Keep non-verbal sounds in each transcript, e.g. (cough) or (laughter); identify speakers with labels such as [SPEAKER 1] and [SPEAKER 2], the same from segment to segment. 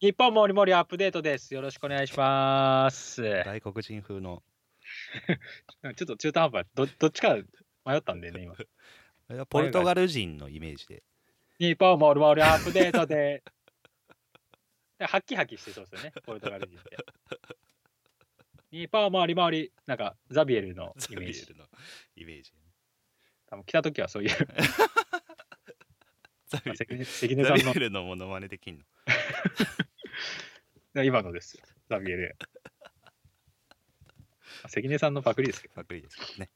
[SPEAKER 1] 日本もりもりアップデートです。よろしくお願いします。ち
[SPEAKER 2] 外国人風の。
[SPEAKER 1] ょっと中途半端、どどっちか迷ったんでね、今。
[SPEAKER 2] いやポルトガル人のイメージで。
[SPEAKER 1] 日本もりもりアップデートで。でハキハキしてそうですよね、ポルトガル人って。日本もりもり、なんかザビエルのイメー
[SPEAKER 2] ザビ
[SPEAKER 1] ジ。
[SPEAKER 2] エルのイメージ。
[SPEAKER 1] 多分来た時はそういう、
[SPEAKER 2] ザビエル
[SPEAKER 1] 関根関根
[SPEAKER 2] ザ
[SPEAKER 1] さ
[SPEAKER 2] ビ
[SPEAKER 1] んの
[SPEAKER 2] エルのモノマネできんの。
[SPEAKER 1] で今のですよ、ザビエル。関根さんのパクリですけ
[SPEAKER 2] パクリですけ
[SPEAKER 1] (laughs)
[SPEAKER 2] どね。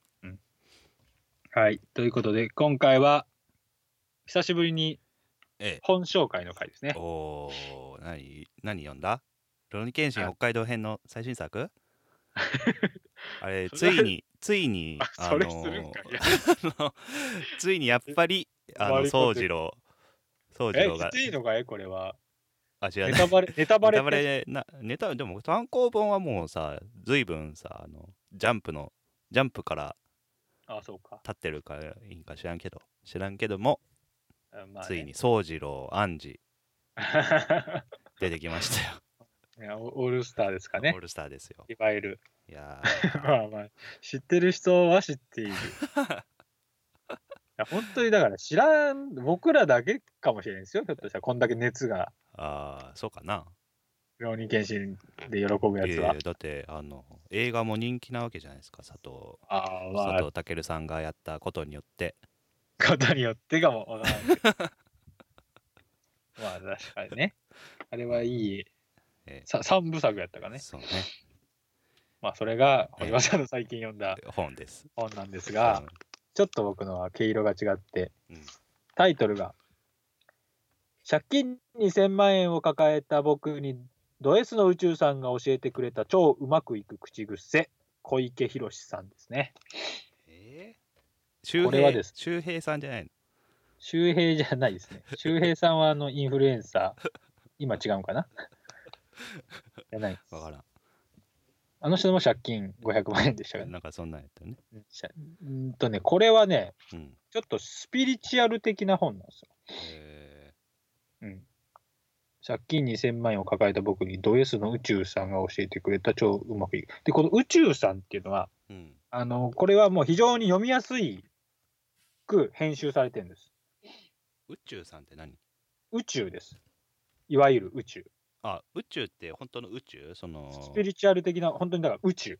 [SPEAKER 1] ど。はい。ということで、今回は、久しぶりに
[SPEAKER 2] え
[SPEAKER 1] 本紹介の回ですね。
[SPEAKER 2] え。おお、何何読んだ？ロニケンシン
[SPEAKER 1] はい
[SPEAKER 2] 北海道編の最新
[SPEAKER 1] (laughs)
[SPEAKER 2] 作？あれ
[SPEAKER 1] そ
[SPEAKER 2] つ
[SPEAKER 1] れ
[SPEAKER 2] いについに
[SPEAKER 1] あそれするんかいや
[SPEAKER 2] あの (laughs) ついにやっ
[SPEAKER 1] (laughs)
[SPEAKER 2] ぱりあ
[SPEAKER 1] 回
[SPEAKER 2] の
[SPEAKER 1] り込ん
[SPEAKER 2] 宗
[SPEAKER 1] で
[SPEAKER 2] 次郎宗次
[SPEAKER 1] え、
[SPEAKER 2] 郎が
[SPEAKER 1] きついのかいこれは。
[SPEAKER 2] あ違う
[SPEAKER 1] ネ
[SPEAKER 2] ね
[SPEAKER 1] タ
[SPEAKER 2] (laughs)
[SPEAKER 1] バレ、ネタバレ
[SPEAKER 2] ネタ
[SPEAKER 1] っ
[SPEAKER 2] バ
[SPEAKER 1] て。
[SPEAKER 2] レなネタでも単行本はもうさずいぶんさあのジャンプのジャンプから
[SPEAKER 1] あ、そうか。
[SPEAKER 2] 立ってるからいいんか知らんけど知らんけども、
[SPEAKER 1] うんまあね (laughs)
[SPEAKER 2] ついに。宗次郎暗示出てきましたよ、
[SPEAKER 1] いやオオールスターですかね
[SPEAKER 2] オー。ルスターですよ
[SPEAKER 1] いわゆる。 (laughs)
[SPEAKER 2] いやー
[SPEAKER 1] まあまあ、知ってる人は知って
[SPEAKER 2] (laughs)
[SPEAKER 1] いる。いや本当にだから知らん、僕らだけかもしれないですよ。ひょっとしたら、こんだけ熱が、
[SPEAKER 2] あーそうかな
[SPEAKER 1] 病人検診で喜ぶやつ
[SPEAKER 2] い
[SPEAKER 1] は。
[SPEAKER 2] やだってあの映画も人気なわけじゃないですか佐藤
[SPEAKER 1] ああ、まあ
[SPEAKER 2] 佐、藤健さんがやったことによって
[SPEAKER 1] 方によってかも
[SPEAKER 2] (laughs)
[SPEAKER 1] わからないけどまあ確かにね。あれはいい、
[SPEAKER 2] え
[SPEAKER 1] さ三部作やったかね。
[SPEAKER 2] そうね
[SPEAKER 1] まあそれが
[SPEAKER 2] ええ
[SPEAKER 1] 堀場さんの最近読んだ
[SPEAKER 2] 本です
[SPEAKER 1] 本なんです (laughs) が、ちょっと僕のは毛色が違って、
[SPEAKER 2] うん
[SPEAKER 1] タイトルが「借金2000万円を抱えた僕にド S の宇宙さんが教えてくれた超うまくいく口癖小池宏さん」ですね。
[SPEAKER 2] えー、周
[SPEAKER 1] これは
[SPEAKER 2] 平
[SPEAKER 1] です
[SPEAKER 2] 周平さんじゃないの
[SPEAKER 1] 周平じゃない
[SPEAKER 2] (laughs)
[SPEAKER 1] ですね。周平さんはあのインフルエンサー。今違うんか
[SPEAKER 2] (laughs)
[SPEAKER 1] なじゃないです
[SPEAKER 2] わから
[SPEAKER 1] あの人も借金500万円でしたから
[SPEAKER 2] ん
[SPEAKER 1] ね。
[SPEAKER 2] なんかそんなんやったよね
[SPEAKER 1] しゃうーんとね、これはね、
[SPEAKER 2] うん
[SPEAKER 1] ちょっとスピリチュアル的な本なんですよ。
[SPEAKER 2] え
[SPEAKER 1] うん、借金2000万円を抱えた僕にド S の宇宙さんが教えてくれた超うまくいく。で、この宇宙さんっていうのは、
[SPEAKER 2] ーうん
[SPEAKER 1] あのこれはもう非常に読みやすいく編集されてるんです。
[SPEAKER 2] 宇宙さんって何
[SPEAKER 1] 宇宙です。いわゆる宇宙。
[SPEAKER 2] あ宇宙って本当の宇宙その
[SPEAKER 1] スピリチュアル的な、本当にだから宇宙。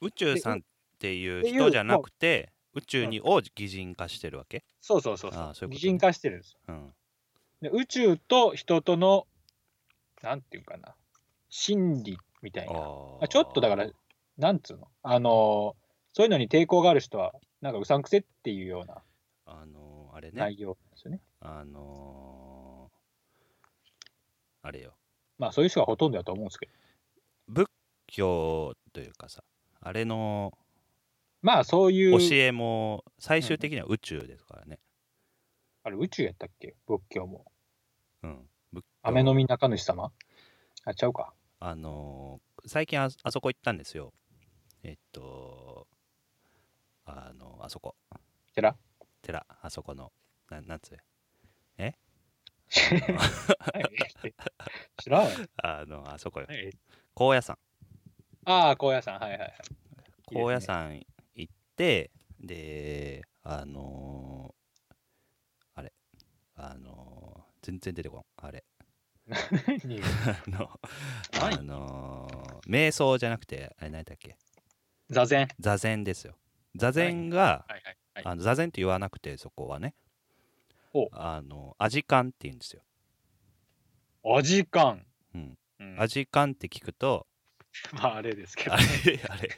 [SPEAKER 2] 宇宙さんっていう
[SPEAKER 1] ってい
[SPEAKER 2] 人
[SPEAKER 1] う
[SPEAKER 2] じゃなくて宇宙にを擬人化してるわけ
[SPEAKER 1] そうそうそう
[SPEAKER 2] ああそ
[SPEAKER 1] そう
[SPEAKER 2] いう
[SPEAKER 1] う。
[SPEAKER 2] ことね
[SPEAKER 1] 擬人化してるんですよ。
[SPEAKER 2] うん
[SPEAKER 1] で宇宙と人との、なんていうかな、心理みたいな。
[SPEAKER 2] あ
[SPEAKER 1] ちょっとだからなんつうのあのーそういうのに抵抗がある人は、なんかうさんくせっていうような
[SPEAKER 2] あのーあれね
[SPEAKER 1] 内容なんですよね。
[SPEAKER 2] あのーあれよ
[SPEAKER 1] まあそういう人がほとんどだと思うんですけど。
[SPEAKER 2] 仏教というかさあれの
[SPEAKER 1] まあそうい
[SPEAKER 2] 教
[SPEAKER 1] う、
[SPEAKER 2] えも最終的には宇宙ですからね、
[SPEAKER 1] あれ宇宙やったっけ仏教も。
[SPEAKER 2] うん仏教
[SPEAKER 1] 雨の実中主様あ、ちゃう
[SPEAKER 2] (laughs)
[SPEAKER 1] か。 (laughs)
[SPEAKER 2] あのー最近ああそこ行ったんですよえっとあのあそこ
[SPEAKER 1] 寺
[SPEAKER 2] 寺あそこのななんつうえ
[SPEAKER 1] 知らんわ
[SPEAKER 2] あのあそこよ
[SPEAKER 1] 何
[SPEAKER 2] 高野山
[SPEAKER 1] ああ、高野山、はいはいはい。いいですね
[SPEAKER 2] 高野山行ってであのーあれあのー全然出てこんあれ (laughs)
[SPEAKER 1] 何
[SPEAKER 2] あの
[SPEAKER 1] はい
[SPEAKER 2] あのー瞑想じゃなくてあれ何だっけ
[SPEAKER 1] 座禅。
[SPEAKER 2] 座禅ですよ座禅が、
[SPEAKER 1] はいはいはい。
[SPEAKER 2] あの座禅って言わなくてそこはね
[SPEAKER 1] ほう
[SPEAKER 2] あのアジカンって言うんですよ、
[SPEAKER 1] お時間。
[SPEAKER 2] うん、
[SPEAKER 1] うん
[SPEAKER 2] アジカンって聞くと
[SPEAKER 1] まああれですけど
[SPEAKER 2] あ、れあれ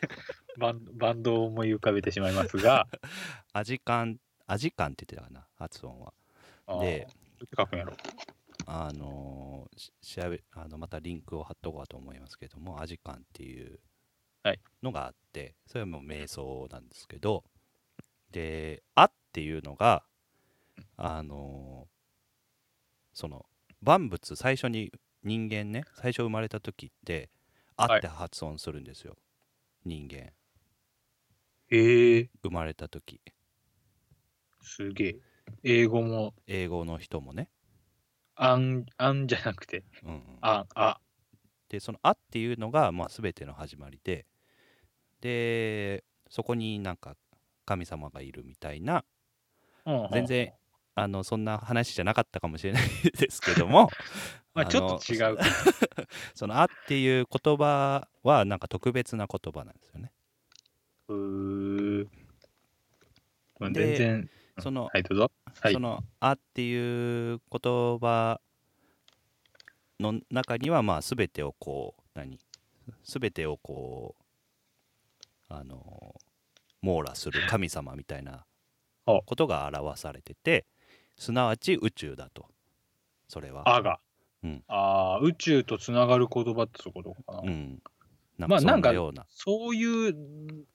[SPEAKER 1] バ (laughs) ンバンドを思い浮かべてしまいますが、
[SPEAKER 2] アジカンアジカンって言ってたかな発音はで
[SPEAKER 1] あー、どっち書くんやろ。
[SPEAKER 2] あのーし調べあのまたリンクを貼っとこうと思いますけどもアジカンっていう
[SPEAKER 1] はい
[SPEAKER 2] のがあって、それはもう瞑想なんですけどで「あ」っていうのがあのーその万物最初に人間ね最初生まれた時って「あ」って発音するんですよ、人間
[SPEAKER 1] へえ、
[SPEAKER 2] 生まれた時
[SPEAKER 1] すげえ。英語も、
[SPEAKER 2] 英語の人もね
[SPEAKER 1] あん、あんじゃなくて、
[SPEAKER 2] うんうん
[SPEAKER 1] あん、あ、
[SPEAKER 2] でその「あ」っていうのが、まあ、全ての始まりででそこになんか神様がいるみたいな
[SPEAKER 1] うんうん
[SPEAKER 2] 全然。あのそんな話じゃなかったかもしれない (laughs) ですけども
[SPEAKER 1] まあ、
[SPEAKER 2] あ
[SPEAKER 1] ちょ
[SPEAKER 2] の
[SPEAKER 1] っと違
[SPEAKER 2] (laughs)
[SPEAKER 1] う。
[SPEAKER 2] その「あ」っていう言葉はなんか特別な言葉なんですよね。
[SPEAKER 1] うーまあ、全
[SPEAKER 2] で
[SPEAKER 1] 然。
[SPEAKER 2] その
[SPEAKER 1] はい、どうぞ。はい
[SPEAKER 2] そ。の「あ」っていう言葉の中にはまあ全てをこう何全てをこうあの網羅する神様みたいな
[SPEAKER 1] あ
[SPEAKER 2] ことが表されててすなわち宇宙だとそれは。
[SPEAKER 1] あが。
[SPEAKER 2] うん
[SPEAKER 1] ああ、宇宙とつながる言葉ってことかな。
[SPEAKER 2] うん、な
[SPEAKER 1] ま
[SPEAKER 2] んか
[SPEAKER 1] あ
[SPEAKER 2] そ
[SPEAKER 1] なん
[SPEAKER 2] ん
[SPEAKER 1] か
[SPEAKER 2] なような、
[SPEAKER 1] そういう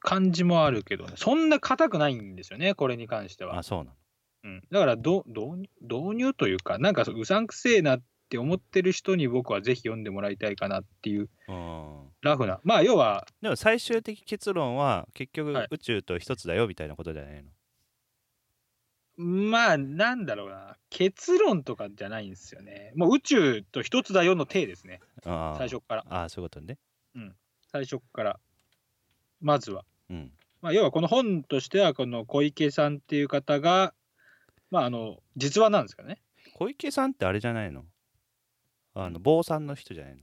[SPEAKER 1] 感じもあるけど、ね、そんな硬くないんですよね、これに関しては
[SPEAKER 2] あ。そうなの
[SPEAKER 1] うん、だからど導入、導入というか、なんかそううさんくせえなって思ってる人に僕はぜひ読んでもらいたいかなっていう、
[SPEAKER 2] うん
[SPEAKER 1] ラフな。まあ、要は、
[SPEAKER 2] でも最終的結論は結局
[SPEAKER 1] はい
[SPEAKER 2] 宇宙と一つだよみたいなことじゃないの、
[SPEAKER 1] まあ、なんだろうな、結論とかじゃないんですよね。もう宇宙と一つだよの体ですね、
[SPEAKER 2] あー
[SPEAKER 1] 最初から。
[SPEAKER 2] あーそういうことね
[SPEAKER 1] 最初から。まずは。
[SPEAKER 2] うん
[SPEAKER 1] まあ、要はこの本としては、この小池さんっていう方が、まあ、あの、実話なんですかね。
[SPEAKER 2] 小池さんってあれじゃないのあの坊さんの人じゃない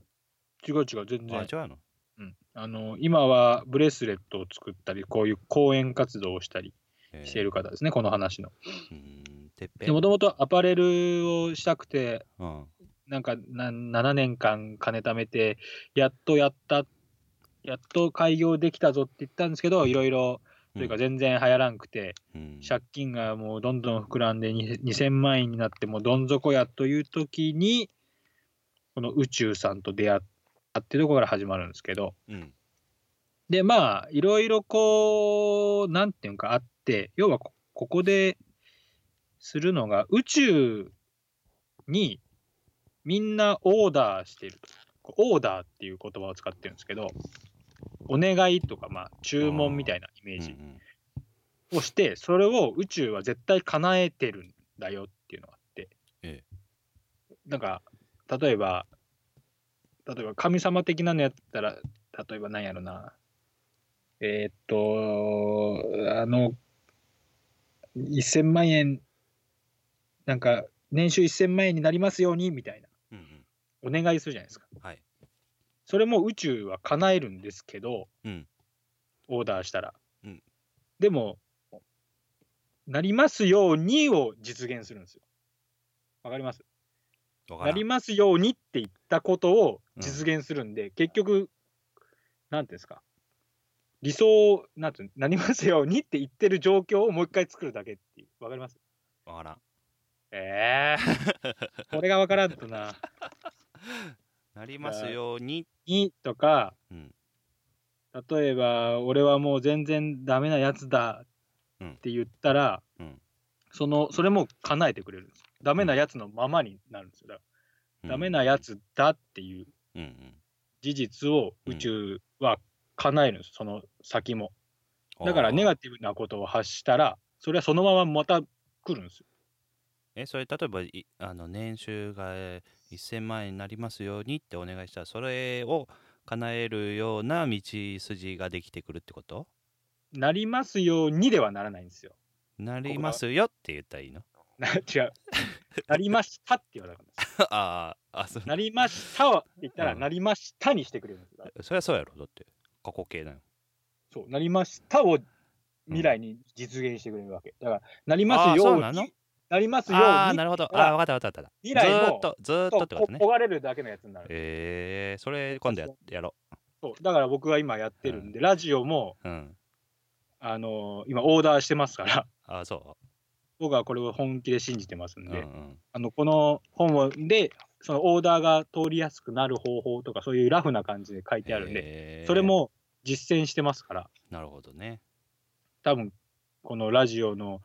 [SPEAKER 1] 違う違う、全
[SPEAKER 2] のあ
[SPEAKER 1] 然。
[SPEAKER 2] 違うの
[SPEAKER 1] うん、あの今はブレスレットを作ったり、こういう講演活動をしたり
[SPEAKER 2] えー
[SPEAKER 1] している方ですね、この話の。
[SPEAKER 2] うーんてっぺん
[SPEAKER 1] でもともとアパレルをしたくて、
[SPEAKER 2] うん
[SPEAKER 1] なんかな7年間金貯めて、やっとやった、やっと開業できたぞって言ったんですけど、いろいろ、というか全然流行らんくて、
[SPEAKER 2] うん
[SPEAKER 1] 借金がもうどんどん膨らんでに2000万円になって、もうどん底やという時に、この宇宙さんと出会ったっていうところから始まるんですけど。
[SPEAKER 2] うん
[SPEAKER 1] でまあいろいろこうなんていうんかあって要はこここでするのが宇宙にみんなオーダーしてるこうオーダーっていう言葉を使ってるんですけどお願いとかまあ注文みたいなイメー
[SPEAKER 2] うんう
[SPEAKER 1] ジ
[SPEAKER 2] ん
[SPEAKER 1] をしてそれを宇宙は絶対叶えてるんだよっていうのがあって、
[SPEAKER 2] え
[SPEAKER 1] なんか例えば例えば神様的なのやったら例えばなんやろなえーっとあの1000万円なんか年収1000万円になりますようにみたいな
[SPEAKER 2] うんうん
[SPEAKER 1] お願いするじゃないですか
[SPEAKER 2] はい
[SPEAKER 1] それも宇宙は叶えるんですけど、
[SPEAKER 2] うん
[SPEAKER 1] オーダーしたら、
[SPEAKER 2] うん
[SPEAKER 1] でもなりますようにを実現するんですよわかります
[SPEAKER 2] わか
[SPEAKER 1] な
[SPEAKER 2] らん
[SPEAKER 1] りますようにって言ったことを実現するんで、結局なんていうんですか理想をなんていうのなりますようにって言ってる状況をもう一回作るだけっていうわかります
[SPEAKER 2] わからん
[SPEAKER 1] え
[SPEAKER 2] (laughs)
[SPEAKER 1] えこれがわからんとな
[SPEAKER 2] なりますように
[SPEAKER 1] にとか、
[SPEAKER 2] うん
[SPEAKER 1] 例えば俺はもう全然ダメなやつだって言ったら、
[SPEAKER 2] うん
[SPEAKER 1] そのそれも叶えてくれるんですよダメなやつのままになるんですよだか
[SPEAKER 2] うん
[SPEAKER 1] らダメなやつだっていう
[SPEAKER 2] うんうん
[SPEAKER 1] 事実を宇宙は叶えるんですその先も
[SPEAKER 2] あー
[SPEAKER 1] だからネガティブなことを発したらそれはそのまままた来るんですよ
[SPEAKER 2] えそれ例えばいあの年収がえー1000万円になりますようにってお願いしたらそれを叶えるような道筋ができてくるってこと
[SPEAKER 1] なりますようにではならないんですよ
[SPEAKER 2] な
[SPEAKER 1] こ
[SPEAKER 2] りますよって言ったらいいの (laughs)
[SPEAKER 1] な違うなりましたって言わなかったんです
[SPEAKER 2] あーあそ
[SPEAKER 1] なりましたはって言ったら、
[SPEAKER 2] うん
[SPEAKER 1] なりましたにしてくれるんですよ。
[SPEAKER 2] そりゃそうやろだって過去形だよ
[SPEAKER 1] そう、なりましたを未来に実現してくれるわけ。だから、なります
[SPEAKER 2] あー
[SPEAKER 1] よ
[SPEAKER 2] そうう
[SPEAKER 1] に、
[SPEAKER 2] な
[SPEAKER 1] な
[SPEAKER 2] の
[SPEAKER 1] りますように、
[SPEAKER 2] ああなるほどああ分かった分かった分
[SPEAKER 1] 未
[SPEAKER 2] かった
[SPEAKER 1] 来の
[SPEAKER 2] ずーっとずーっとってこと
[SPEAKER 1] と
[SPEAKER 2] ね
[SPEAKER 1] 焦がれるだけのやつになる。
[SPEAKER 2] えー、それ今度ややろ
[SPEAKER 1] そう、だから僕は今やってるんで、ラジオも、
[SPEAKER 2] ううん
[SPEAKER 1] あのー今オーダーしてますから、
[SPEAKER 2] ああそ
[SPEAKER 1] 僕はこれを本気で信じてます
[SPEAKER 2] うんうんう
[SPEAKER 1] で、
[SPEAKER 2] ん
[SPEAKER 1] あのこの本をで、そのオーダーが通りやすくなる方法とか、そういうラフな感じで書いてあるんで、
[SPEAKER 2] えー
[SPEAKER 1] それも実践してますから。
[SPEAKER 2] なるほどね
[SPEAKER 1] 多分このラジオの、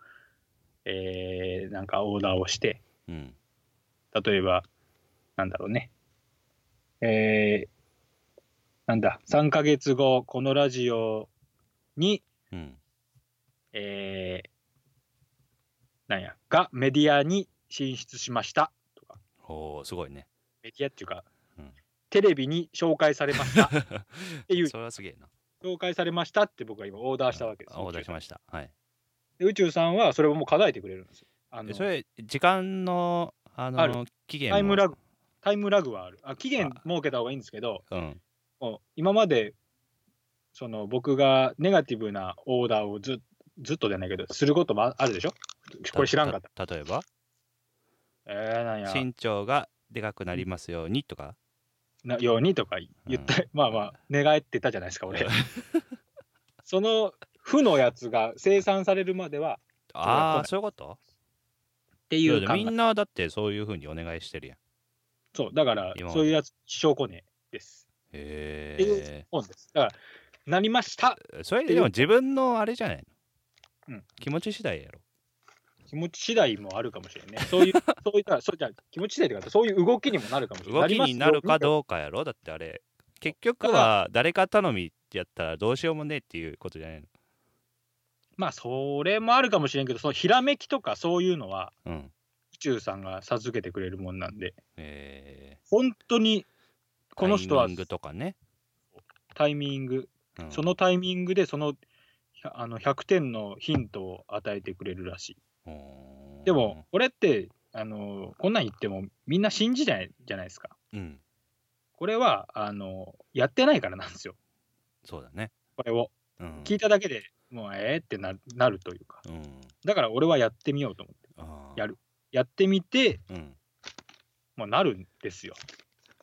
[SPEAKER 1] えーなんかオーダーをして
[SPEAKER 2] うん
[SPEAKER 1] 例えばなんだろうねえーなんだ3ヶ月後このラジオに
[SPEAKER 2] うん
[SPEAKER 1] えーなんやがメディアに進出しましたとか
[SPEAKER 2] おおすごいね。
[SPEAKER 1] メディアっていうか、
[SPEAKER 2] うん
[SPEAKER 1] テレビに紹介されま
[SPEAKER 2] (laughs)
[SPEAKER 1] した。ていう
[SPEAKER 2] それはすげえな。
[SPEAKER 1] 紹介されましたって僕は今オーダーしたわけです。
[SPEAKER 2] あオーダーしました。はい。
[SPEAKER 1] で宇宙さんはそれをもう課題てくれるんですよ。あ
[SPEAKER 2] え
[SPEAKER 1] の
[SPEAKER 2] それ時間のあの
[SPEAKER 1] ある
[SPEAKER 2] 期限も
[SPEAKER 1] タイムラグ、タイムラグはある。あ期限
[SPEAKER 2] あ
[SPEAKER 1] 設けた方がいいんですけど、
[SPEAKER 2] うん。
[SPEAKER 1] もう今までその僕がネガティブなオーダーをずずっとじゃないけど、することもああるでしょこれ知らんかった。
[SPEAKER 2] た。例えば
[SPEAKER 1] えー、なんや。
[SPEAKER 2] 身長がでかくなりますようにとか。
[SPEAKER 1] なようにとか言った、 (laughs) まあまあ願ってたじゃないですか
[SPEAKER 2] (laughs)
[SPEAKER 1] 俺その負のやつが生産されるまでは
[SPEAKER 2] ああそういうこと？
[SPEAKER 1] って
[SPEAKER 2] い
[SPEAKER 1] い
[SPEAKER 2] や
[SPEAKER 1] う
[SPEAKER 2] で
[SPEAKER 1] 考
[SPEAKER 2] も
[SPEAKER 1] え
[SPEAKER 2] みんなだってそういう風にお願いしてるやん。
[SPEAKER 1] そうだから
[SPEAKER 2] 今まで
[SPEAKER 1] そういうやつ証拠ねです、
[SPEAKER 2] へ
[SPEAKER 1] っていう本ですだからなりました
[SPEAKER 2] え。それでも自分のあれじゃないの。
[SPEAKER 1] うん
[SPEAKER 2] 気持ち次第やろ。
[SPEAKER 1] 気持ち次第もあるかもしれないね
[SPEAKER 2] (laughs)
[SPEAKER 1] そういうそういったそうじゃあ気持ち次第というかそういう動きにもなるかもしれない
[SPEAKER 2] 動きになるか
[SPEAKER 1] う
[SPEAKER 2] どうかやろだってあれ結局は誰か頼みやったらどうしようもねえっていうことじゃないの
[SPEAKER 1] まあそれもあるかもしれんけどそのひらめきとかそういうのは
[SPEAKER 2] うん
[SPEAKER 1] 宇宙さんが授けてくれるもんなんで
[SPEAKER 2] え
[SPEAKER 1] 本当に
[SPEAKER 2] ー、
[SPEAKER 1] この人は
[SPEAKER 2] タイミングとかね、
[SPEAKER 1] タイミング
[SPEAKER 2] うん
[SPEAKER 1] そのタイミングでそのひゃあの100点のヒントを与えてくれるらし
[SPEAKER 2] うーん
[SPEAKER 1] い。でも、俺ってあのこんなん言ってもみんな信じないじゃないですか。
[SPEAKER 2] うん
[SPEAKER 1] これはあのやってないからなんですよ。
[SPEAKER 2] そうだね、
[SPEAKER 1] これを
[SPEAKER 2] うん、
[SPEAKER 1] 聞いただけでもうえーってななるというか。
[SPEAKER 2] うん
[SPEAKER 1] だから俺はやってみようと思って。
[SPEAKER 2] あー
[SPEAKER 1] やるやってみて、
[SPEAKER 2] うん
[SPEAKER 1] もうなるんですよ。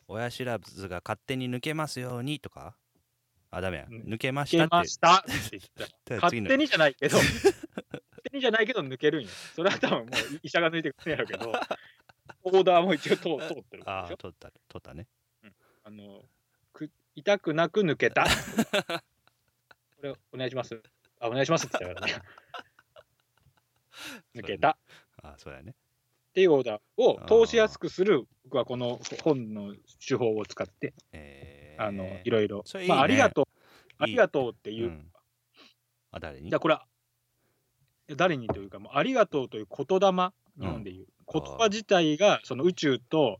[SPEAKER 2] 親知らずが勝手に抜けますようにとかあダメや
[SPEAKER 1] うん
[SPEAKER 2] 抜けまし
[SPEAKER 1] 抜
[SPEAKER 2] た
[SPEAKER 1] けま
[SPEAKER 2] って (laughs)
[SPEAKER 1] したって言ったら。
[SPEAKER 2] たら
[SPEAKER 1] 勝
[SPEAKER 2] 次の
[SPEAKER 1] 手にじゃないけど、勝手にじゃないけど抜けるんよ。それは多分もう医者が抜いてくれるんやろうけど、オーダーも一応通通ってるからで
[SPEAKER 2] あ
[SPEAKER 1] しょ
[SPEAKER 2] ー取った取ったね
[SPEAKER 1] あのく痛くなく抜けた。これお願いします。あお願いしますって言ったか
[SPEAKER 2] (laughs)
[SPEAKER 1] らね。抜けたっ
[SPEAKER 2] あーそうだね
[SPEAKER 1] ていうオーダーを
[SPEAKER 2] あー
[SPEAKER 1] 通しやすくする僕はこの本の手法を使って
[SPEAKER 2] えー、
[SPEAKER 1] あのいろいろ
[SPEAKER 2] それいいね
[SPEAKER 1] まあありがとうありが
[SPEAKER 2] と
[SPEAKER 1] とうっていうう、
[SPEAKER 2] ん、あ誰に
[SPEAKER 1] じゃあこれはいや誰にというかもうありがとうという言霊日本でいう、
[SPEAKER 2] あー
[SPEAKER 1] 言葉自体がその宇宙と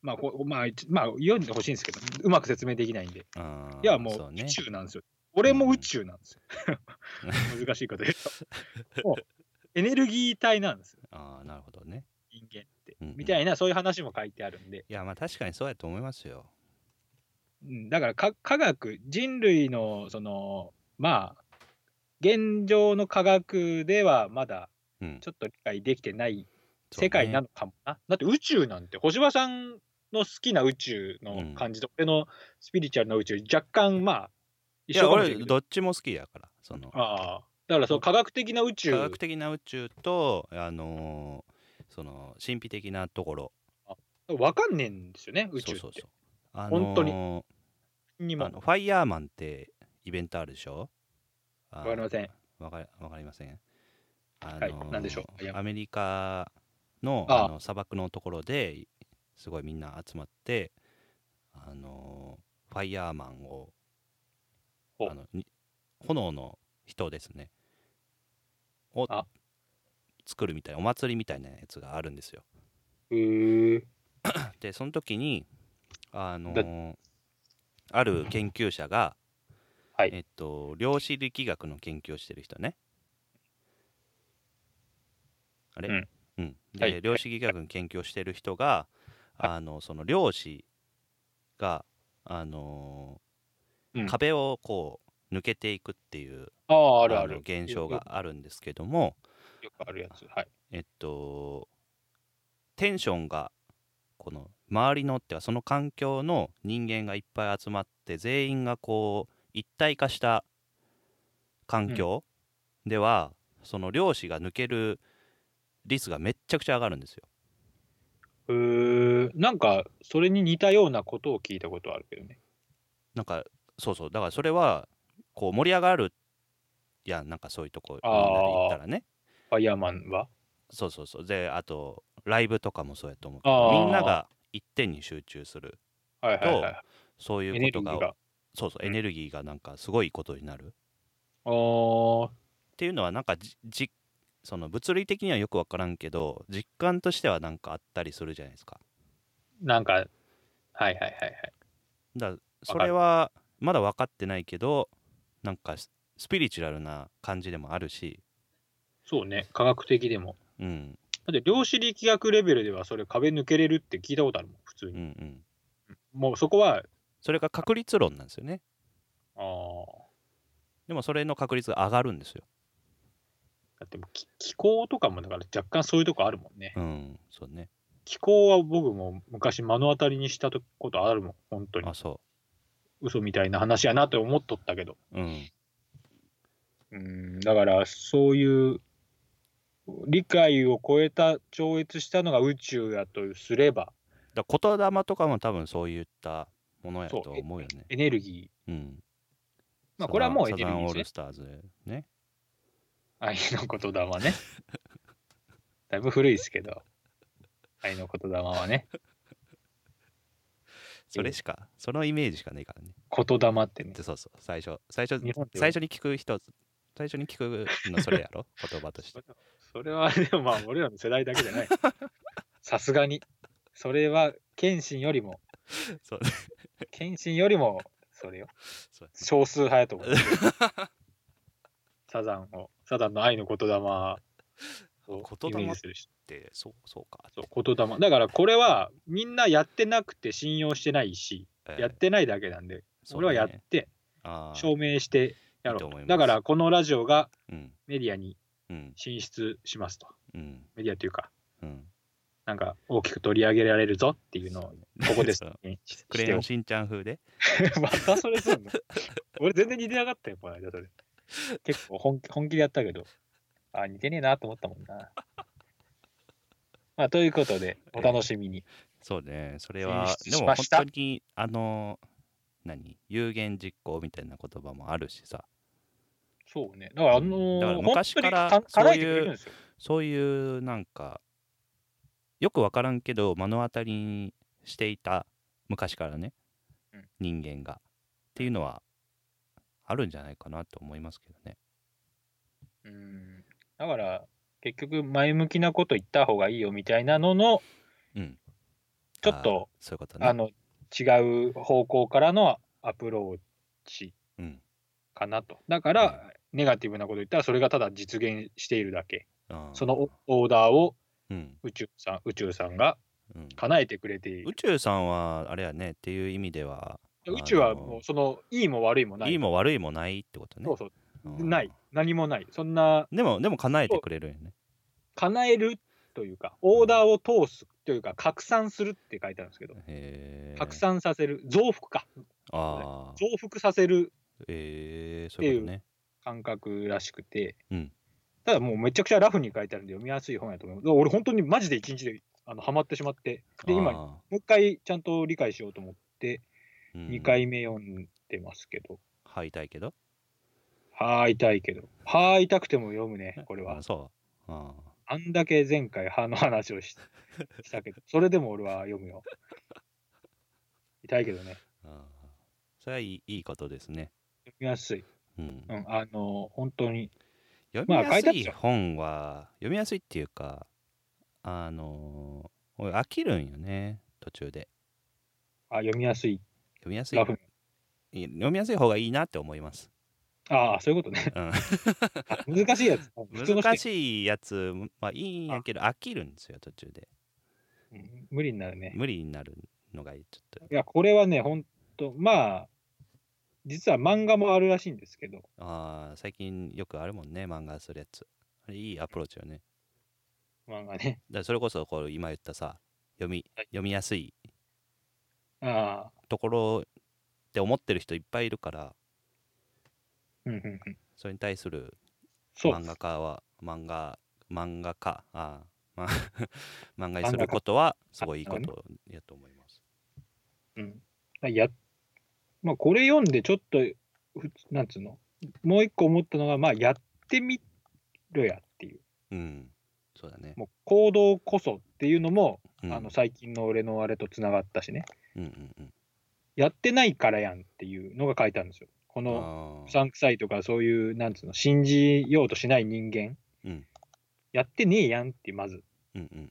[SPEAKER 1] まあこうまあ一まあ読んでほしいんですけどうまく説明できないんで
[SPEAKER 2] うん
[SPEAKER 1] いやも
[SPEAKER 2] そうね
[SPEAKER 1] 宇宙なんですよ。俺も宇宙なんです
[SPEAKER 2] (laughs)
[SPEAKER 1] よ。難しいこと言うと。もうエネルギー体なんですよ、
[SPEAKER 2] ああなるほどね、
[SPEAKER 1] 人間って。
[SPEAKER 2] うんうん
[SPEAKER 1] みたいな、そういう話も書いてあるんで、
[SPEAKER 2] いやまあ確かにそうやと思いますよ。
[SPEAKER 1] うん、だからか科学、人類の、その、まあ、現状の科学ではまだ
[SPEAKER 2] うん、
[SPEAKER 1] ちょっと理解できてない世界なのかもな。だって宇宙なんて、星葉さんの好きな宇宙の感じと、俺のスピリチュアルな宇宙、若干、まあ、
[SPEAKER 2] い
[SPEAKER 1] 一緒
[SPEAKER 2] や
[SPEAKER 1] かもしれ
[SPEAKER 2] 俺
[SPEAKER 1] ないけど。
[SPEAKER 2] どっちも好きやからその科
[SPEAKER 1] ああ。だからその科学的な宇宙。
[SPEAKER 2] 学的な宇宙とあのーその神秘的なところ
[SPEAKER 1] わかんねえんですよね、宇宙って。
[SPEAKER 2] そうそうそうあ
[SPEAKER 1] 本当に
[SPEAKER 2] の
[SPEAKER 1] に
[SPEAKER 2] ー
[SPEAKER 1] も
[SPEAKER 2] あのファイヤーマンってイベントあるでしょわ
[SPEAKER 1] わかりません。
[SPEAKER 2] わかりわかりませんあの
[SPEAKER 1] はい何でしょうファイヤーマ
[SPEAKER 2] アメリカの
[SPEAKER 1] ああ
[SPEAKER 2] あの砂漠のところですごいみんな集まってあのーファイヤーマンを
[SPEAKER 1] ほう
[SPEAKER 2] あのに炎の人ですねを
[SPEAKER 1] あ
[SPEAKER 2] 作るみたいなお祭りみたいなやつがあるんですよ
[SPEAKER 1] へえ。
[SPEAKER 2] でその時にあのーある研究者が、
[SPEAKER 1] はい
[SPEAKER 2] えっと量子力学の研究をしてる人ねあれ
[SPEAKER 1] うん、
[SPEAKER 2] うんで、
[SPEAKER 1] はい
[SPEAKER 2] 量子力学の研究をしてる人が、
[SPEAKER 1] はい
[SPEAKER 2] あのその量子があのー
[SPEAKER 1] うん
[SPEAKER 2] 壁をこう抜けていくっていう
[SPEAKER 1] ああ、あるあ
[SPEAKER 2] の
[SPEAKER 1] る。
[SPEAKER 2] 現象
[SPEAKER 1] よ
[SPEAKER 2] が。あるんですけども、
[SPEAKER 1] よくあるやつ。はい。
[SPEAKER 2] えっと、テンションがこの周りのってかその環境の人間がいっぱい集まって全員がこう一体化した環境では、その量子が抜ける率がめっちゃくちゃ上がるんですよ。
[SPEAKER 1] へえ。なんか、それに似たようなことを聞いたことあるけどね。
[SPEAKER 2] なんかそうそうだからそれはこう盛り上がるやんなんかそういうとこみん
[SPEAKER 1] あー
[SPEAKER 2] なで行ったらね
[SPEAKER 1] ファイヤーマンは
[SPEAKER 2] そうそうそうであとライブとかもそうやと思うけ
[SPEAKER 1] あ
[SPEAKER 2] ど
[SPEAKER 1] ー
[SPEAKER 2] みんなが一点に集中する
[SPEAKER 1] はいはいはい。
[SPEAKER 2] そうい
[SPEAKER 1] エ
[SPEAKER 2] うこ
[SPEAKER 1] ネ
[SPEAKER 2] と
[SPEAKER 1] ルギー
[SPEAKER 2] が
[SPEAKER 1] が。
[SPEAKER 2] そうそう
[SPEAKER 1] う
[SPEAKER 2] エ
[SPEAKER 1] ん
[SPEAKER 2] ネルギーがなんかすごいことになるっ
[SPEAKER 1] あー
[SPEAKER 2] ていうのはなんかじじその物理的にはよく分からんけど実感としてはなんかあったりするじゃないですか
[SPEAKER 1] なんか、はいはいはいはい。
[SPEAKER 2] だそれはまだ分かってないけどなんかススピリチュアルな感じでもあるし、
[SPEAKER 1] そうね、科学的でも。
[SPEAKER 2] うん、
[SPEAKER 1] だって量子力学レベルではそれ壁抜けれるって聞いたことあるもん、普通
[SPEAKER 2] うんう
[SPEAKER 1] に。
[SPEAKER 2] ん
[SPEAKER 1] もうそこは、
[SPEAKER 2] それが確率論なんですよね
[SPEAKER 1] あー
[SPEAKER 2] でもそれの確率が上がるんですよ
[SPEAKER 1] だってもう気気候とかもだから若干そういうとこあるもんね。
[SPEAKER 2] うんそうね
[SPEAKER 1] 気候は僕も昔目の当たりにしたことあるもん、本当に
[SPEAKER 2] あ。そ
[SPEAKER 1] 嘘みたいな話やなって思っとったけど。
[SPEAKER 2] ううん
[SPEAKER 1] うん、だからそういう理解を超えた、超越したのが宇宙やとすれば、
[SPEAKER 2] だ言霊とかも多分そういったものやと
[SPEAKER 1] そう
[SPEAKER 2] 思うよね
[SPEAKER 1] エネルギー。
[SPEAKER 2] うん
[SPEAKER 1] まあこれはもうエ
[SPEAKER 2] サ
[SPEAKER 1] ネ
[SPEAKER 2] ザ
[SPEAKER 1] ルギ
[SPEAKER 2] ンオ
[SPEAKER 1] ー
[SPEAKER 2] ール
[SPEAKER 1] ですね。
[SPEAKER 2] スターズね
[SPEAKER 1] 愛の言霊ね。 (laughs) だいぶ古いですけど。愛の言霊はね。
[SPEAKER 2] それしか、そのイメージしかないからね
[SPEAKER 1] 言霊ってね。
[SPEAKER 2] でそうそう最初最初
[SPEAKER 1] 日本って
[SPEAKER 2] 最初に聞く人最初に聞くのそれ
[SPEAKER 1] (laughs)
[SPEAKER 2] やろ言葉として
[SPEAKER 1] それは、でもまあ、俺らの世代だけじゃ
[SPEAKER 2] (laughs)
[SPEAKER 1] ない。さすがに。それは、謙信よりも、
[SPEAKER 2] そう
[SPEAKER 1] 謙信よりも、それよ
[SPEAKER 2] そう。
[SPEAKER 1] 少数派やと思
[SPEAKER 2] (laughs)
[SPEAKER 1] う。サザンを、サザンの愛の言霊をイメージする人。
[SPEAKER 2] ってそうそうかって
[SPEAKER 1] そう、言霊。だから、これは、みんなやってなくて信用してないし、
[SPEAKER 2] えー
[SPEAKER 1] やってないだけなんで、
[SPEAKER 2] そう
[SPEAKER 1] 俺はやっ
[SPEAKER 2] ね
[SPEAKER 1] て、
[SPEAKER 2] あー
[SPEAKER 1] 証明してや
[SPEAKER 2] いいと
[SPEAKER 1] ろ
[SPEAKER 2] 思い
[SPEAKER 1] と。
[SPEAKER 2] うます
[SPEAKER 1] だから、このラジオが
[SPEAKER 2] うん
[SPEAKER 1] メディアに
[SPEAKER 2] うん
[SPEAKER 1] 進出しますと。
[SPEAKER 2] うん
[SPEAKER 1] メディアというか、
[SPEAKER 2] うん
[SPEAKER 1] なんか大きく取り上げられるぞっていうのを
[SPEAKER 2] そ
[SPEAKER 1] こ
[SPEAKER 2] うね
[SPEAKER 1] こです
[SPEAKER 2] (laughs) そう
[SPEAKER 1] ね。し
[SPEAKER 2] クレヨンしんちゃん風で
[SPEAKER 1] しておく (laughs) またそれすんの俺全然似てなかったよ、この間それ。結構本気本気でやったけど。あ、似てねえなと思ったもんな。まあ、ということで、お楽しみに。
[SPEAKER 2] そうねそれは
[SPEAKER 1] 選
[SPEAKER 2] で
[SPEAKER 1] 出し
[SPEAKER 2] も
[SPEAKER 1] ま
[SPEAKER 2] 本
[SPEAKER 1] した
[SPEAKER 2] 当にあの何有言実行みたいな言葉もあるしさ
[SPEAKER 1] そうね。だから、あの
[SPEAKER 2] だから
[SPEAKER 1] ー、本
[SPEAKER 2] 昔
[SPEAKER 1] 当に
[SPEAKER 2] から
[SPEAKER 1] か
[SPEAKER 2] そう
[SPEAKER 1] 叶
[SPEAKER 2] いう
[SPEAKER 1] えてくれるんですよ。
[SPEAKER 2] そういうなんかよくわからんけど目の当たりにしていた昔からね、
[SPEAKER 1] うん
[SPEAKER 2] 人間がっていうのはあるんじゃないかなと思いますけどね
[SPEAKER 1] うん。だから、結局、前向きなこと言った方がいいよみたいなのの、
[SPEAKER 2] うん
[SPEAKER 1] ちょっと、
[SPEAKER 2] そういうことね
[SPEAKER 1] あの違う方向からのアプローチ
[SPEAKER 2] うん
[SPEAKER 1] かなと。だから、ネガティブなこと言ったら、それがただ実現しているだけ。
[SPEAKER 2] あー
[SPEAKER 1] そのオオーダーを
[SPEAKER 2] うん
[SPEAKER 1] 宇宙さん宇宙さんが
[SPEAKER 2] うん
[SPEAKER 1] 叶えてくれてい
[SPEAKER 2] 宇
[SPEAKER 1] る。宙
[SPEAKER 2] 宙さんはあれやねっていう意味では
[SPEAKER 1] 宇宙は
[SPEAKER 2] あの
[SPEAKER 1] もう、その、いいも悪いもない。
[SPEAKER 2] いいも悪いもないってことね
[SPEAKER 1] そうそう
[SPEAKER 2] うん
[SPEAKER 1] ない。何もない。そんな、
[SPEAKER 2] でもでも叶えてくれるよね
[SPEAKER 1] 叶えるというか、オーダーを通すというか、拡散するって書いてあるんですけど、
[SPEAKER 2] へえ
[SPEAKER 1] 拡散させる、増幅か。
[SPEAKER 2] ああ
[SPEAKER 1] 増幅させる
[SPEAKER 2] えー、そういうことね
[SPEAKER 1] 感覚らしくて、
[SPEAKER 2] うん
[SPEAKER 1] ただもうめちゃくちゃラフに書いてあるんで読みやすい本やと思います。俺本当にマジで一日であのハマってしまって、で今も
[SPEAKER 2] あ
[SPEAKER 1] う一回ちゃんと理解しようと思って、
[SPEAKER 2] ーうん
[SPEAKER 1] 2回目読んでますけど、
[SPEAKER 2] はいたいけど
[SPEAKER 1] はーいたいけど、はーいたくても読むね、これは
[SPEAKER 2] あ。そうあ
[SPEAKER 1] あんだけ前回歯の話
[SPEAKER 2] (laughs)
[SPEAKER 1] をししたけど、それでも俺は読むよ。痛いけどね、
[SPEAKER 2] ーあーそれはいいいいことですね、
[SPEAKER 1] 読みやすい。
[SPEAKER 2] うん
[SPEAKER 1] うん、あの本当に、
[SPEAKER 2] 読み
[SPEAKER 1] まあ書
[SPEAKER 2] や
[SPEAKER 1] いてあ
[SPEAKER 2] す
[SPEAKER 1] るで
[SPEAKER 2] い
[SPEAKER 1] しょ
[SPEAKER 2] 本は読みやすいっていうかあのー俺飽きるんよね途中で
[SPEAKER 1] あ読みやすい、
[SPEAKER 2] 読みやすい
[SPEAKER 1] ラフに。
[SPEAKER 2] いや読みやすい方がいいなって思います、
[SPEAKER 1] あ (laughs) あ、そういうことね。
[SPEAKER 2] うん、
[SPEAKER 1] あ難しいやつ。普通の人
[SPEAKER 2] 難しいやつまあいいんやけど飽きるんですよ途中で
[SPEAKER 1] うん無理になるね。
[SPEAKER 2] 無理になるのがちょっと
[SPEAKER 1] いや、これはね、ほんと、まあ、実は漫画もあるらしいんですけど、
[SPEAKER 2] あー最近よくあるもんね漫画するやつあれいいアプローチよね
[SPEAKER 1] 漫画ね。
[SPEAKER 2] だからそれこそこう今言ったさ読み
[SPEAKER 1] はい
[SPEAKER 2] 読みやすい
[SPEAKER 1] ああ、
[SPEAKER 2] ところって思ってる人いっぱいいるから
[SPEAKER 1] うんうんうん。
[SPEAKER 2] それに対する
[SPEAKER 1] そう。
[SPEAKER 2] 漫画家は漫画漫画家あー、まあ、 (laughs) 漫
[SPEAKER 1] 漫
[SPEAKER 2] 画に
[SPEAKER 1] 画
[SPEAKER 2] す
[SPEAKER 1] 家
[SPEAKER 2] ることはすごいいい
[SPEAKER 1] あな
[SPEAKER 2] こ
[SPEAKER 1] る
[SPEAKER 2] とやと思います、
[SPEAKER 1] うん。や、まあ、これ読んで、ちょっと、ふなんつうの、もう一個思ったのが、まあ、やってみろやっていう、
[SPEAKER 2] うんそうだね、
[SPEAKER 1] もう行動こそっていうのも、
[SPEAKER 2] うん、
[SPEAKER 1] あの最近の俺のあれとつながったしね、
[SPEAKER 2] うんうんうん
[SPEAKER 1] やってないからやんっていうのが書いてあるんですよ。このう
[SPEAKER 2] あー
[SPEAKER 1] さんくさいとかそういうなんつうの信じようとしない人間、
[SPEAKER 2] うん
[SPEAKER 1] やってねえやんってまず
[SPEAKER 2] うんうんうん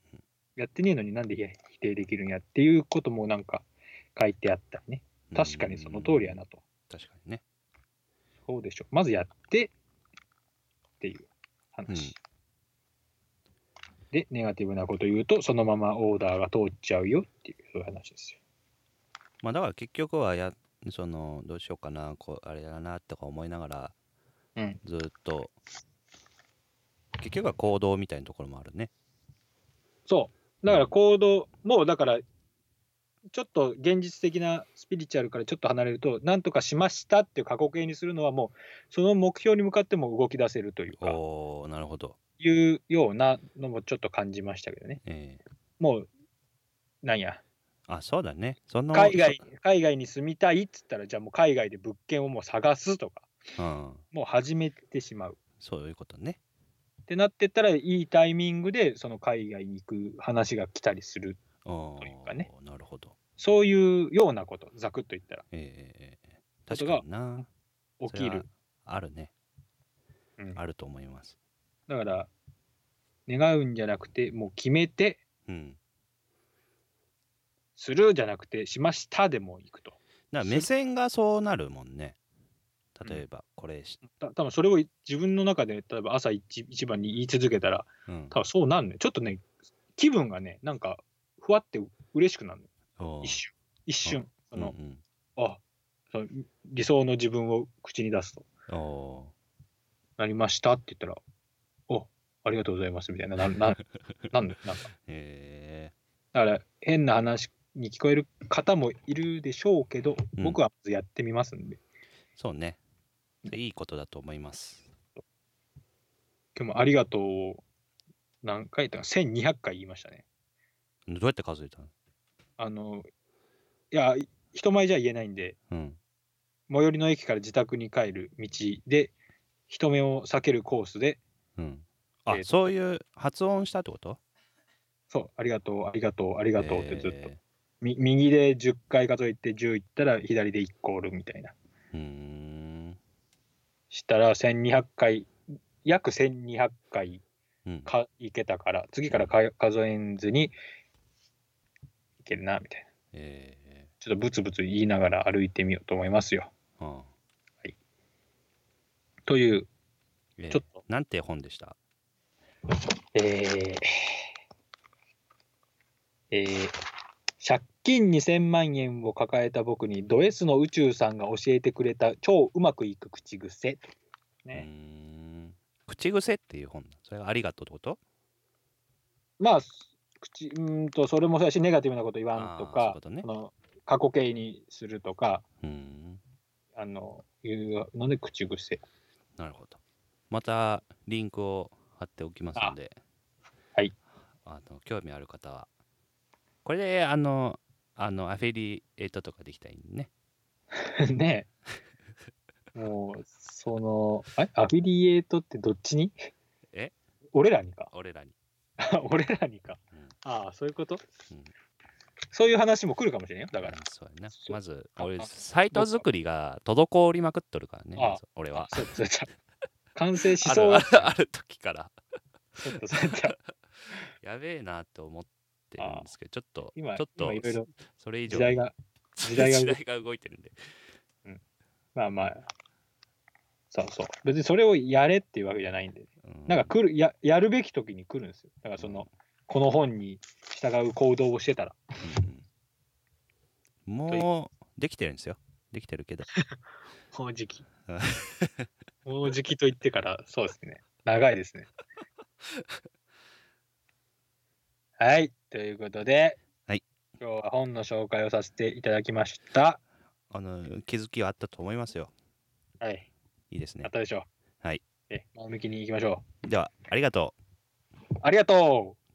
[SPEAKER 1] やってねえのになんでいや否定できるんやっていうこともなんか書いてあったりね。確かにその通りや
[SPEAKER 2] な。
[SPEAKER 1] なと。
[SPEAKER 2] 確かにね。
[SPEAKER 1] そうでしょう。まずやってっていう話。で、ネガティブなこと言うと、そのままオーダーが通っちゃうよっていう、そういう話ですよ。
[SPEAKER 2] まあだから結局はや、その、どうしようかな、こうあれだなとか思いながら、
[SPEAKER 1] うん
[SPEAKER 2] ずっと、結局は行動みたいなところもあるね。
[SPEAKER 1] そう。だから行動、もうだから、ちょっと現実的なスピリチュアルからちょっと離れると、なんとかしましたっていう過去形にするのは、もうその目標に向かっても動き出せるというか、
[SPEAKER 2] おー、なるほど。
[SPEAKER 1] いうようなのもちょっと感じましたけどね。
[SPEAKER 2] ええ
[SPEAKER 1] もう、なんや、
[SPEAKER 2] あ、そうだね。その
[SPEAKER 1] 海外海外に住みたいっつったら、じゃあもう海外で物件をもう探すとか、
[SPEAKER 2] そうん。
[SPEAKER 1] もう始めてしまう。
[SPEAKER 2] そういうことね。
[SPEAKER 1] ってなってったら、いいタイミングでその海外に行く話が来たりする。
[SPEAKER 2] お
[SPEAKER 1] という
[SPEAKER 2] ー、
[SPEAKER 1] かね
[SPEAKER 2] なるほど。
[SPEAKER 1] そういうようなこと、ざくっと言ったら、
[SPEAKER 2] ええええええ
[SPEAKER 1] こと
[SPEAKER 2] 確
[SPEAKER 1] が
[SPEAKER 2] かにな。
[SPEAKER 1] 起きる。。
[SPEAKER 2] あるね。
[SPEAKER 1] うん
[SPEAKER 2] あると思います。
[SPEAKER 1] だから、願うんじゃなくて、もう決めて、
[SPEAKER 2] うん。
[SPEAKER 1] するじゃなくて、しましたでも行くと。
[SPEAKER 2] だから
[SPEAKER 1] す
[SPEAKER 2] 目線がそうなるもんね。
[SPEAKER 1] うん
[SPEAKER 2] 例えば、これし、
[SPEAKER 1] た多分それを自分の中で、例えば朝一一番に言い続けたら、
[SPEAKER 2] うん。
[SPEAKER 1] 多分そうなんね。ちょっとね、気分がね、なんか、ふわって嬉しくなるの。
[SPEAKER 2] おー
[SPEAKER 1] 一瞬。一瞬。その、
[SPEAKER 2] うん
[SPEAKER 1] あその理想の自分を口に出すと、
[SPEAKER 2] うん、お
[SPEAKER 1] なりましたって言ったら、おありがとうございますみたいな、なな
[SPEAKER 2] (laughs)
[SPEAKER 1] なんなんか。
[SPEAKER 2] ーへ
[SPEAKER 1] だから、変な話に聞こえる方もいるでしょうけど、
[SPEAKER 2] うん
[SPEAKER 1] 僕はまずやってみますんで、
[SPEAKER 2] えそうね。いいことだと思います。
[SPEAKER 1] 今日もありがとうを何回言ったか、1200回言いましたね。
[SPEAKER 2] どうやって数えたの
[SPEAKER 1] あの、いや、人前じゃ言えないんで、
[SPEAKER 2] うん。
[SPEAKER 1] 最寄りの駅から自宅に帰る道で、人目を避けるコースで、
[SPEAKER 2] うん。あ、
[SPEAKER 1] えーと
[SPEAKER 2] そういう発音したってこと
[SPEAKER 1] そう、ありがとう、ありがとう、あり
[SPEAKER 2] あ
[SPEAKER 1] がとうってずっと。み右で10回数えて10いったら左で1コールみたいな
[SPEAKER 2] うーん。
[SPEAKER 1] したら1200回約1200回
[SPEAKER 2] うん、
[SPEAKER 1] かいけたから次からか数えんずにいけるなみたいな
[SPEAKER 2] え
[SPEAKER 1] ちょっとブツブツ言いながら歩いてみようと思いますよ
[SPEAKER 2] ーうん
[SPEAKER 1] という
[SPEAKER 2] えー
[SPEAKER 1] ちょっと
[SPEAKER 2] なんて本でした
[SPEAKER 1] えーえー借金2000万円を抱えた僕にド S の宇宙さんが教えてくれた超うまくいく口癖
[SPEAKER 2] うー
[SPEAKER 1] ね、
[SPEAKER 2] ん。口癖っていう本だ。それがありがとうってこと
[SPEAKER 1] まあ、口うーんとそれもそうやし、ネガティブなこと言わんと
[SPEAKER 2] あーそういう
[SPEAKER 1] か、
[SPEAKER 2] ことね
[SPEAKER 1] その過去形にするとか、
[SPEAKER 2] うーん。
[SPEAKER 1] あのいうので口癖。
[SPEAKER 2] なるほど。またリンクを貼っておきますので、
[SPEAKER 1] あはい。
[SPEAKER 2] あの興味ある方は、これであのあのアフィリエイトとかできたらいいね。
[SPEAKER 1] ね
[SPEAKER 2] (laughs)
[SPEAKER 1] えもう、その、あアフィリエイトってどっちに
[SPEAKER 2] え
[SPEAKER 1] 俺らにか。
[SPEAKER 2] 俺らに。
[SPEAKER 1] 俺らにか。
[SPEAKER 2] うん
[SPEAKER 1] ああ、そういうこと、
[SPEAKER 2] うん
[SPEAKER 1] そういう話も来るかもしれんよ。だから
[SPEAKER 2] うん。そうやな
[SPEAKER 1] そう
[SPEAKER 2] まず
[SPEAKER 1] あ
[SPEAKER 2] 俺
[SPEAKER 1] あ
[SPEAKER 2] サイト作りが滞りまくっとるからね。
[SPEAKER 1] あ
[SPEAKER 2] まず俺は。
[SPEAKER 1] そうそうそう完成し
[SPEAKER 2] あ
[SPEAKER 1] そう
[SPEAKER 2] る
[SPEAKER 1] だっ
[SPEAKER 2] あるある時から
[SPEAKER 1] たちょっとそうやった
[SPEAKER 2] やべえなって思ってるんですけどちょっと
[SPEAKER 1] 今、
[SPEAKER 2] ちょっと
[SPEAKER 1] 今いろいろ
[SPEAKER 2] それ以上
[SPEAKER 1] 時代が、時代が
[SPEAKER 2] 時代が動いてるんで
[SPEAKER 1] まあまあ、そうそう。別にそれをやれっていうわけじゃないんで、
[SPEAKER 2] う
[SPEAKER 1] なんか来るややるべき時に来るんですよ。だからその、この本に従う行動をしてたら。
[SPEAKER 2] うんもうできてるんですよできてるけど
[SPEAKER 1] もう (laughs) じき
[SPEAKER 2] うん。
[SPEAKER 1] もうじきと言ってから、そうですね。長いですね。 (laughs) はい。ということで、
[SPEAKER 2] はい
[SPEAKER 1] 今日は本の紹介をさせていただきました。
[SPEAKER 2] あの気づきはあったと思いますよ
[SPEAKER 1] はい。
[SPEAKER 2] いいです
[SPEAKER 1] あ
[SPEAKER 2] ね
[SPEAKER 1] ったでしょう。
[SPEAKER 2] はい。
[SPEAKER 1] え、前向きに行きましょ
[SPEAKER 2] ではありがとう
[SPEAKER 1] う。ありがとう